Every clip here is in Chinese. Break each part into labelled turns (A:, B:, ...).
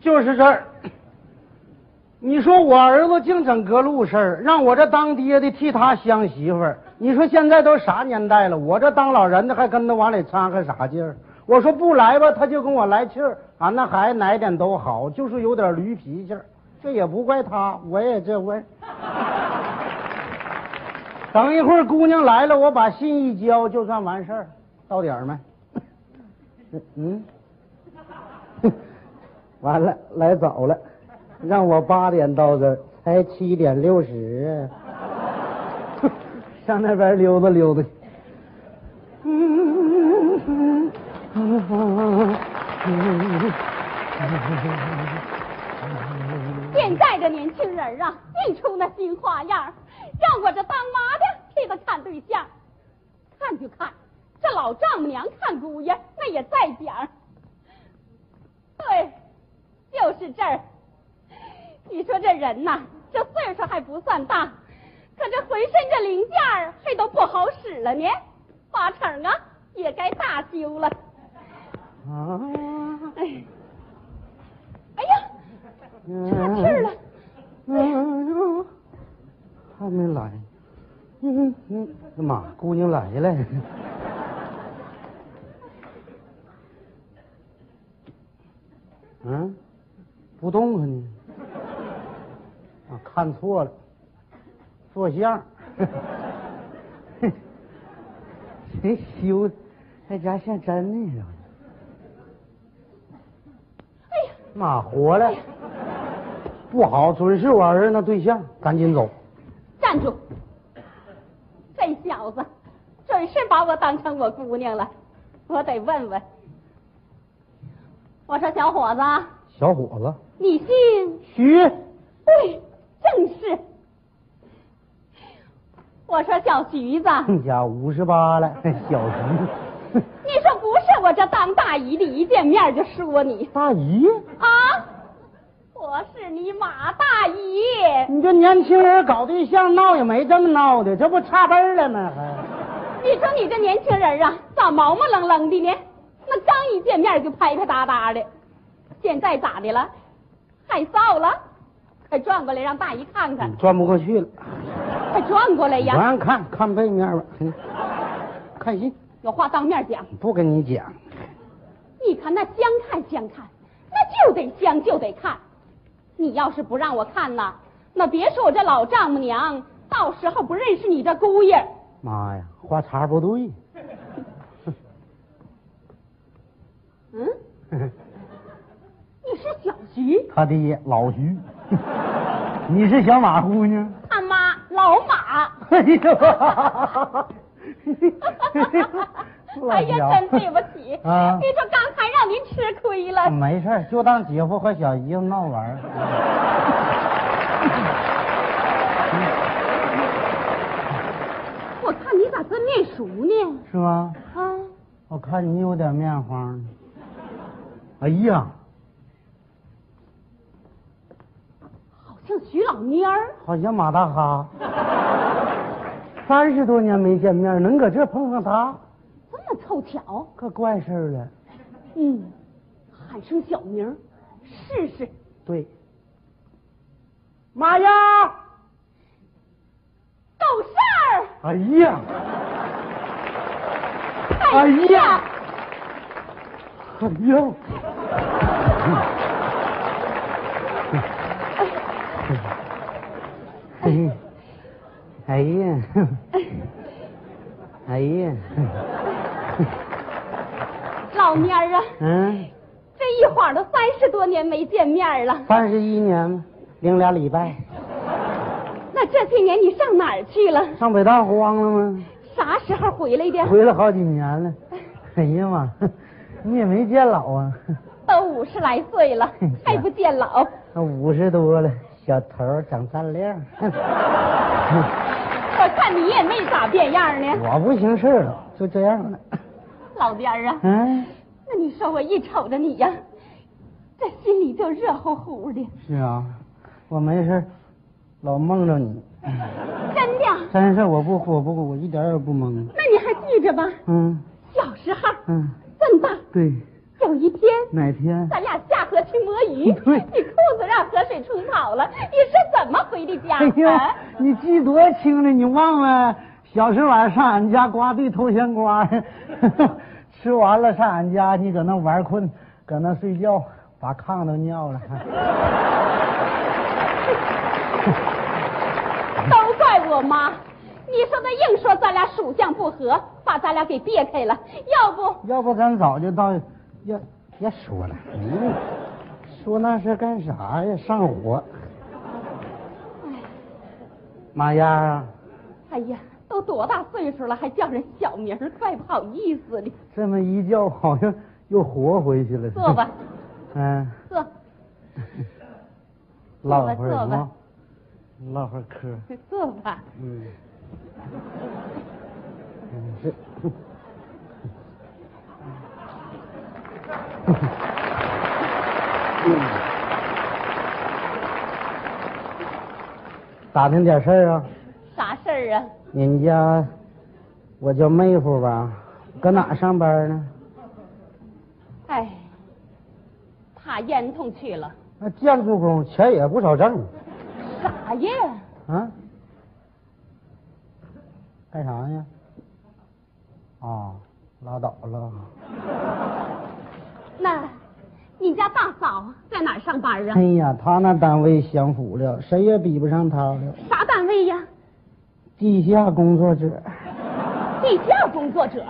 A: 就是这儿。你说我儿子净整隔路事儿，让我这当爹的替他相媳妇儿。你说现在都啥年代了，我这当老人的还跟他往里掺和啥劲儿？我说不来吧，他就跟我来气儿。俺那孩子哪点都好，就是有点驴脾气儿，这也不怪他，我也这味。等一会儿姑娘来了，我把信一交，就算完事儿，到点儿没？嗯，完了，来早了，让我八点到这儿，才七点六十， 上那边溜达溜达去。
B: 嗯啊现在的年轻人啊，一出那新花样儿，让我这当妈的替他看对象，看就看，这老丈母娘看姑爷那也在点儿。对，就是这儿。你说这人呐，这岁数还不算大，可这浑身这零件儿还都不好使了呢，八成啊也该大修了。
A: 啊，
B: 哎，哎呀！岔气儿了。
A: 嗯，还没来。嗯嗯，妈，姑娘来了。嗯，不动啊你？啊，看错了，做相儿。谁修的？在家像真的似的。
B: 哎呀，
A: 妈活了，不好，准是我儿子那对象，赶紧走。
B: 站住！这小子准是把我当成我姑娘了，我得问问。我说小伙子，
A: 小伙子，
B: 你姓？
A: 徐，
B: 对，正是。我说小徐子，
A: 这家五十八了， 小徐，
B: 你说不是我这当大姨的，一见面就说你
A: 大姨，
B: 啊？我是你马大姨，
A: 你这年轻人搞对象闹也没这么闹的，这不差辈儿了吗？
B: 嗯
A: 还
B: 你说你这年轻人啊，咋毛毛愣愣的呢？那刚一见面就拍拍搭搭的，现在咋的了？害臊了？快转过来让大姨看看
A: 嗯，转不过去了，
B: 快转过来
A: 不
B: 哎呀！
A: 让看看背面吧，嗯看戏
B: 有话当面讲。
A: 不跟你讲，
B: 你看那相看相看，那就得相就得看。你要是不让我看呐，那别说我这老丈母娘，到时候不认识你这姑爷。
A: 妈呀，话茬不对，
B: 嗯，你是小徐，
A: 他爹老徐，你是小马姑娘。
B: 他妈老马。
A: 哎呀，
B: 哎呀，真对不起！
A: 啊嗯
B: 你说刚才让您吃亏 了。
A: 没事儿，就当姐夫和小姨夫闹玩儿。
B: 我看你咋这面熟呢？
A: 是吗？
B: 啊，
A: 我看你有点面黄。哎呀，
B: 好像徐老蔫儿。
A: 好像马大哈，三十多年没见面，能搁这碰上他，
B: 这么凑巧，
A: 可怪事儿了。
B: 嗯，喊声小名儿，试试。
A: 对，妈呀！
B: 狗事儿！
A: 哎呀，哎呀，哎呀！哎呀，哎呀，哎呀，
B: 老蔫儿啊，
A: 嗯，
B: 这一晃都三十多年没见面了。
A: 三十一年嘛，零俩礼拜，
B: 那这些年你上哪儿去了？
A: 上北大荒了吗？
B: 啥时候回来的？
A: 回了好几年了。哎呀妈，你也没见老啊，
B: 都五十来岁 了，还不见老。
A: 那五十多了，小头儿长灿亮。
B: 我看你也没咋变样呢。
A: 我不行事儿了，就这样了。
B: 老边儿啊，
A: 嗯，
B: 那你说我一瞅着你呀、这心里就热乎乎的，
A: 是啊，我没事儿老梦着 你，
B: 真的。
A: 真是我不我不我一点儿也不懵。
B: 那你还记着吧？
A: 嗯
B: 小时候
A: 嗯，
B: 这么大，
A: 对，
B: 有有一天，
A: 哪天？
B: 咱俩下河去摸鱼，
A: 对
B: 你裤子让河水冲跑了，你是怎么回的家？
A: 哎呀
B: 啊，
A: 你记多清了，你忘了小时晚上俺家瓜地偷咸瓜， 吃完了上俺家，你搁那玩困，搁那睡觉，把炕都尿了。
B: 都怪我妈。你说她硬说咱俩属相不合，把咱俩给别开了。要不
A: 要不咱早就到，要别说了，嗯，说那是干啥呀？上火。妈呀，
B: 哎呀，都多大岁数了，还叫人小名儿，怪不好意思的。
A: 这么一叫，好像又活回去了。
B: 坐吧，
A: 嗯，
B: 坐。
A: 唠会儿
B: 坐吧坐吧
A: 行吗唠会儿嗑。
B: 坐吧，
A: 嗯，嗯是。打听点事儿啊，
B: 啥事儿啊？
A: 你们家我叫妹夫吧，搁哪上班呢？
B: 哎，他烟囱去了。
A: 那建筑工，钱也不少挣
B: 啥呀？
A: 啊。干啥呀？哦，拉倒了。
B: 那，你家大嫂在哪儿上班啊
A: 哎？呀，他那单位享福了，谁也比不上他了。
B: 啥单位呀？
A: 地下工作者，
B: 地窖工作者。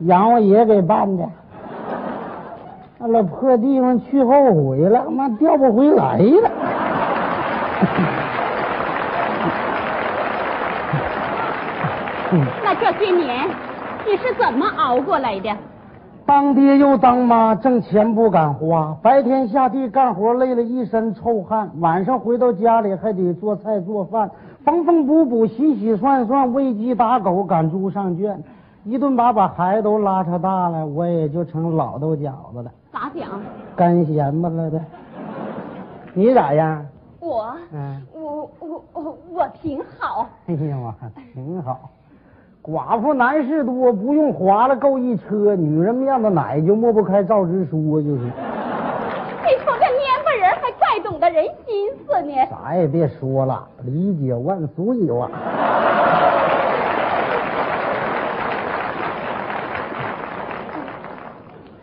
A: 杨我爷给办的。那老破地方去后悔了，妈调不回来了。
B: 那这些年你是怎么熬过来的？
A: 当爹又当妈，挣钱不敢花，白天下地干活累了一身臭汗，晚上回到家里还得做菜做饭，缝缝补补，洗洗涮涮，喂鸡打狗，赶猪上圈，一顿把把孩子都拉扯大了，我也就成老豆饺子了。
B: 咋讲？
A: 干闲吧了的。你咋样？
B: 我，
A: 嗯，
B: 我我我我挺好。
A: 哎呀妈，挺好。寡妇男士多，不用划了够一车。女人面子奶就抹不开赵支书啊，就是。
B: 你瞅这蔫巴人还怪懂得人心思呢。
A: 啥也别说了，理解万俗啊以万。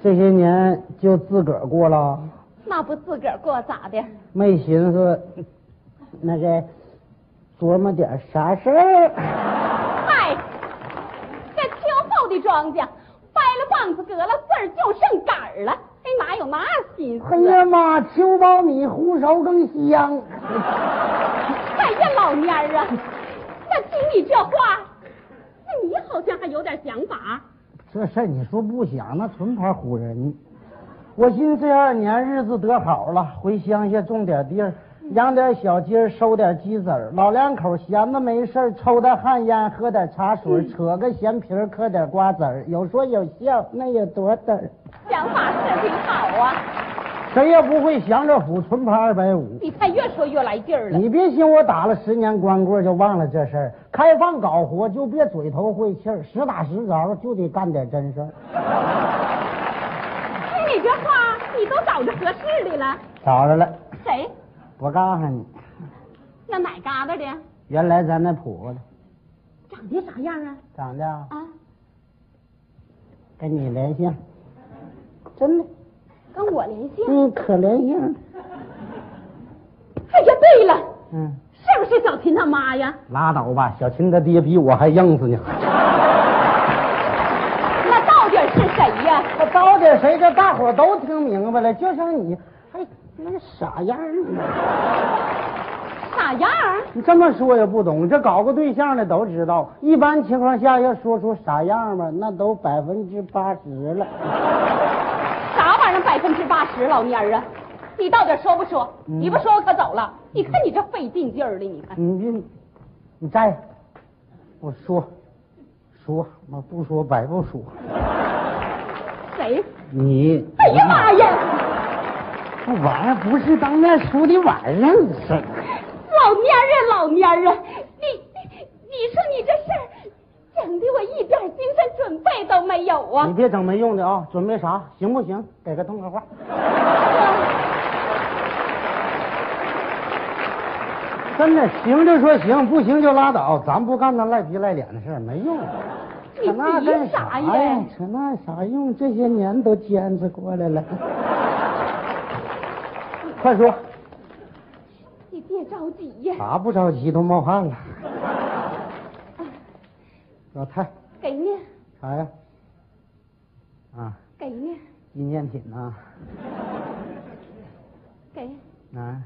A: 这些年就自个儿过了，
B: 那不自个儿过咋的？
A: 没寻思那个琢磨点啥事儿。
B: 嗨，这秋后的庄稼掰了棒子，割了穗儿，就剩杆儿了。哎，哪有那心
A: 哎
B: 思
A: 呀
B: 啊？
A: 妈，秋苞米烀熟更香。
B: 哎呀，老蔫儿啊！那听你这话，那你好像还有点想法。
A: 这事儿你说不想，那纯牌唬人。我寻思这二年日子得好了，回乡下种点地儿，养点小鸡儿，收点鸡子儿。老两口闲的没事儿，抽点旱烟，喝点茶水，扯个咸皮儿，嗑点瓜子儿，有说有笑，那有多嘚儿。
B: 想法是挺好啊，
A: 谁也不会享这福，纯牌二百五。
B: 你看越说越来劲儿了。
A: 你别寻我打了十年光棍就忘了这事儿，开放搞活就别嘴头会气儿，实打实着就得干点真事儿。
B: 听你这话，你都找着合适的了。
A: 找着了，
B: 谁？
A: 我告诉你，
B: 那哪嘎达的？
A: 原来咱那婆子
B: 长得啥样啊？
A: 长得啊
B: 啊，
A: 跟你连性，真的，
B: 跟我连线。
A: 嗯，可连性，
B: 哎呀，对了，
A: 嗯，
B: 是不是小琴他妈呀？
A: 拉倒吧，小琴他爹比我还硬实呢。
B: 那到底是谁呀？
A: 我啊到底谁这大伙都听明白了，就剩你还那个傻样儿呢。
B: 傻样儿？
A: 你这么说也不懂，这搞过对象的都知道，一般情况下要说出傻样吧，那都百分之八十了。
B: 啥玩意儿？百分之八十，老蔫儿啊！你到底说不说？
A: 嗯
B: 你不说我可走了。你看你这费劲劲儿的，你看
A: 你这，你站下，我说，说，我不说白不说。
B: 谁？
A: 你，
B: 哎呀妈呀！
A: 不玩意儿不是当面说的玩意儿，你是
B: 老蔫儿啊，老蔫儿啊！你你你说你这事儿，这整的我一点精神准备都没有啊
A: 你！别整没用的啊！准备啥？行不行？给个痛快话。真的行就说行，不行就拉倒，咱不干那赖皮赖脸的事儿，没用。
B: 你
A: 扯那
B: 急
A: 干
B: 啥呀
A: 呀？扯那啥用？这些年都坚持过来了。快说，
B: 你别着急呀，
A: 啥不着急都冒汗了。老太，
B: 给呢，
A: 啥呀？啊，
B: 给呢，
A: 纪念品呐、
B: 给
A: 啊，啊，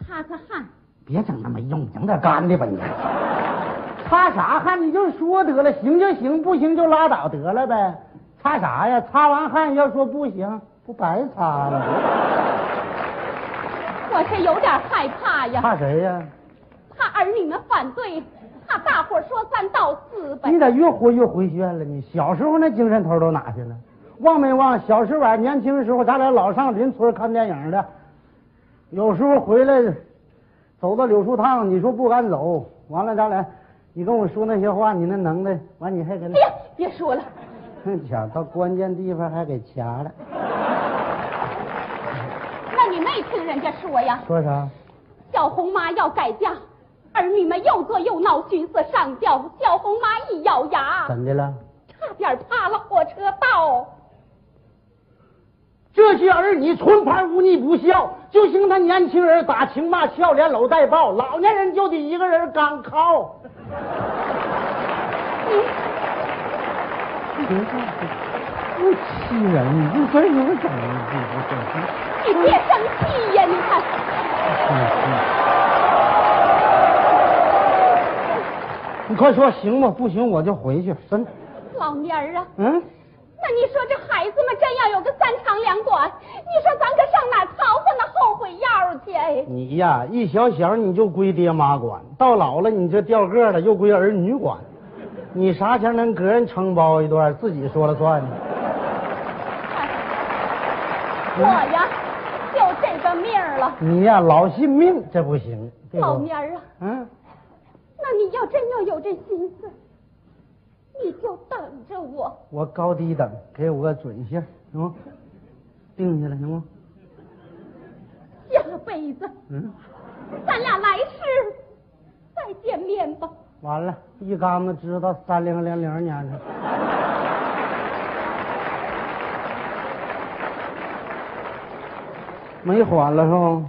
B: 擦擦汗。
A: 别整那没用，整点干的吧你。擦啥汗？你就说得了，行就行，不行就拉倒得了呗。擦啥呀？擦完汗要说不行，不白擦了？
B: 哎我是有点害怕呀，
A: 怕谁呀？
B: 怕儿女们反对，怕大伙儿说三道四呗
A: 你。咋越活越回旋了？你小时候那精神头都哪去了？忘没忘？小时候俺年轻时候，咱俩老上邻村看电影的，有时候回来走到柳树趟，你说不敢走，完了咱俩，你跟我说那些话，你那能耐，完你还给
B: 哎
A: 那
B: 呀，别说了，
A: 哼巧到关键地方还给掐了，
B: 那你没听人家说呀？
A: 说啥？
B: 小红妈要改嫁，儿女们又做又闹，寻思上吊。小红妈一咬牙，
A: 怎的了？
B: 差点趴了火车道。
A: 这些儿女纯盘忤逆不孝，就兴他年轻人打情骂俏，连搂带抱，老年人就得一个人干靠。别这样，不气人，你这人怎么整的？
B: 你别生气呀，你看，
A: 你快说行吧，不行我就回去，真的。
B: 老蔫儿啊。
A: 嗯，
B: 那你说这孩子们真要有个三长两短，你说咱可上哪儿讨伐那后悔药去？哎，
A: 你呀，一小小你就归爹妈管，到老了你这掉个了又归儿女管，你啥前能给人承包一段，自己说了算呢？
B: 我呀，就这个命儿了，
A: 你呀，老信命，这不行。别说
B: 老蔫儿啊。
A: 嗯，
B: 那你要真要有这心思，你就等着我。
A: 我高低等，给我个准信儿，行吗？定下来行吗？
B: 下辈子
A: 嗯，
B: 咱俩来世再见面吧。
A: 完了，一竿子知道三零零零年了。没还了是吧？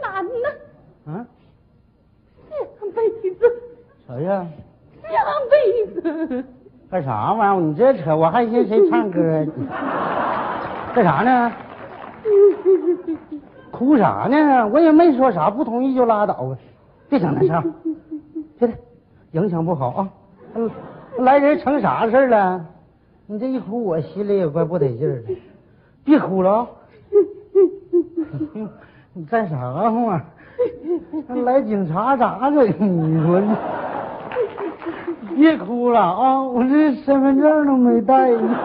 B: 难呐，
A: 嗯，
B: 下辈子，
A: 谁呀？
B: 下辈子，
A: 干啥玩意儿？你这扯，我还寻谁唱歌啊？你干啥呢？哭啥呢？我也没说啥，不同意就拉倒吧，别整那事儿，别影响不好啊。嗯来人成啥事儿了？你这一哭，我心里也怪不得劲儿的。别哭了啊！ 你干啥嘛？来警察咋整？你说你。别哭了啊！我这身份证都没带呢。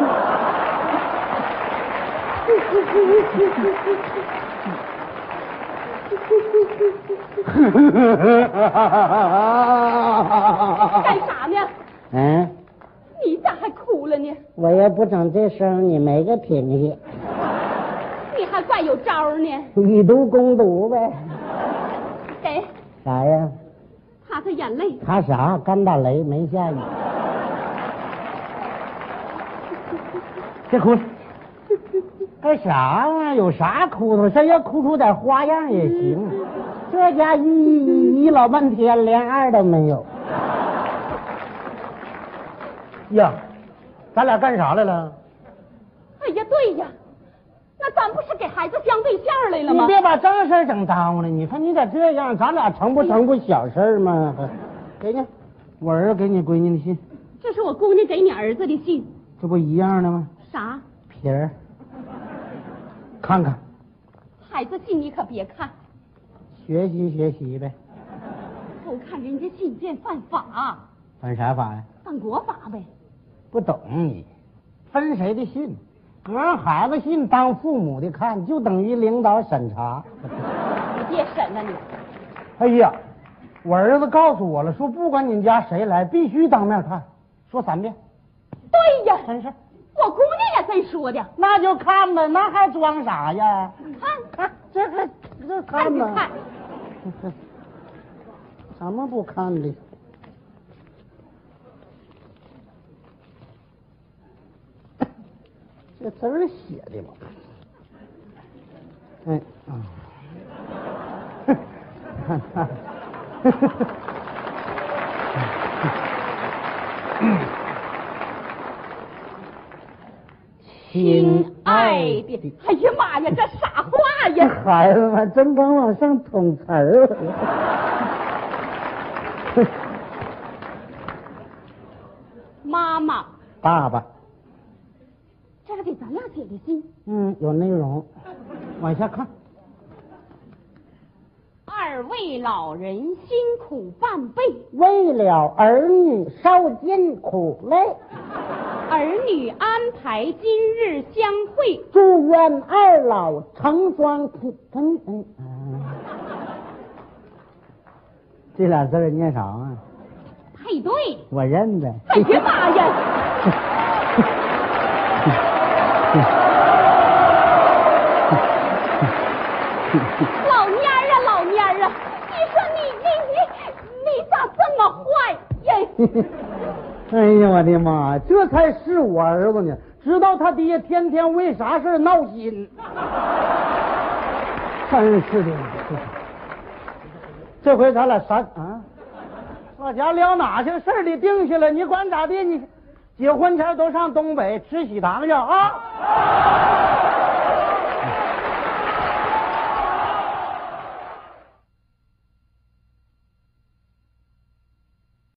A: 啊
B: 干啥呢？
A: 嗯，
B: 你咋还哭了呢？
A: 我要不整这声，你没个品性，
B: 你还怪有招儿呢？
A: 以毒攻毒呗。
B: 给
A: 啥呀？
B: 擦擦眼泪，
A: 他啥？干打雷没下 雨。别哭了，干啥啊？有啥哭的？这要哭出点花样也行。这家一一一老半天，连二都没有。呀，咱俩干啥来了？
B: 哎呀，对呀，那咱不是给孩子相对象来了
A: 你
B: 吗？
A: 别把正事儿整耽误了。你看你咋这样？咱俩成不成不小事儿吗？给你，我儿子给你闺女的信，
B: 这是我姑娘给你儿子的信，
A: 这不一样了吗？
B: 啥？
A: 皮儿，看看，
B: 孩子信你可别看，
A: 学习学习呗，
B: 偷看人家信件犯法，
A: 犯啥法呀？
B: 犯国法呗。
A: 不懂你，分谁的信？隔着孩子信，当父母的看，就等于领导审查。
B: 你别审了你，
A: 哎呀，我儿子告诉我了，说不管你们家谁来，必须当面看，说三遍，
B: 对呀，
A: 真是。
B: 我姑娘也这说的。
A: 那就看呗，那还装啥呀？
B: 看，
A: 看、这还这
B: 看
A: 看
B: 就
A: 吧。
B: 看，
A: 怎么不看的？这字儿写的吧？哎啊！看看，
B: 亲爱的，哎呀妈呀，这啥话
A: 这
B: 呀？
A: 孩子们真敢往上捅词儿啊！
B: 妈妈，
A: 爸爸，
B: 这个得咱俩铁的心。
A: 嗯，有内容，往下看。
B: 二位老人辛苦半辈，
A: 为了儿女受尽苦累，
B: 儿女安排今日相会，
A: 祝愿二老成双成成嗯啊这俩字儿念啥啊？
B: 配对。
A: 我认得。
B: 哎呀妈呀！老蔫儿啊，老蔫儿啊！你说你你你你咋这么坏呀？
A: 哎呀，我的妈！这才是我儿子呢，知道他爹天天为啥事儿闹心，真是的。这回咱俩啥啊？老家聊哪去？事儿得定下来，你管咋地？你结婚前都上东北吃喜糖去啊！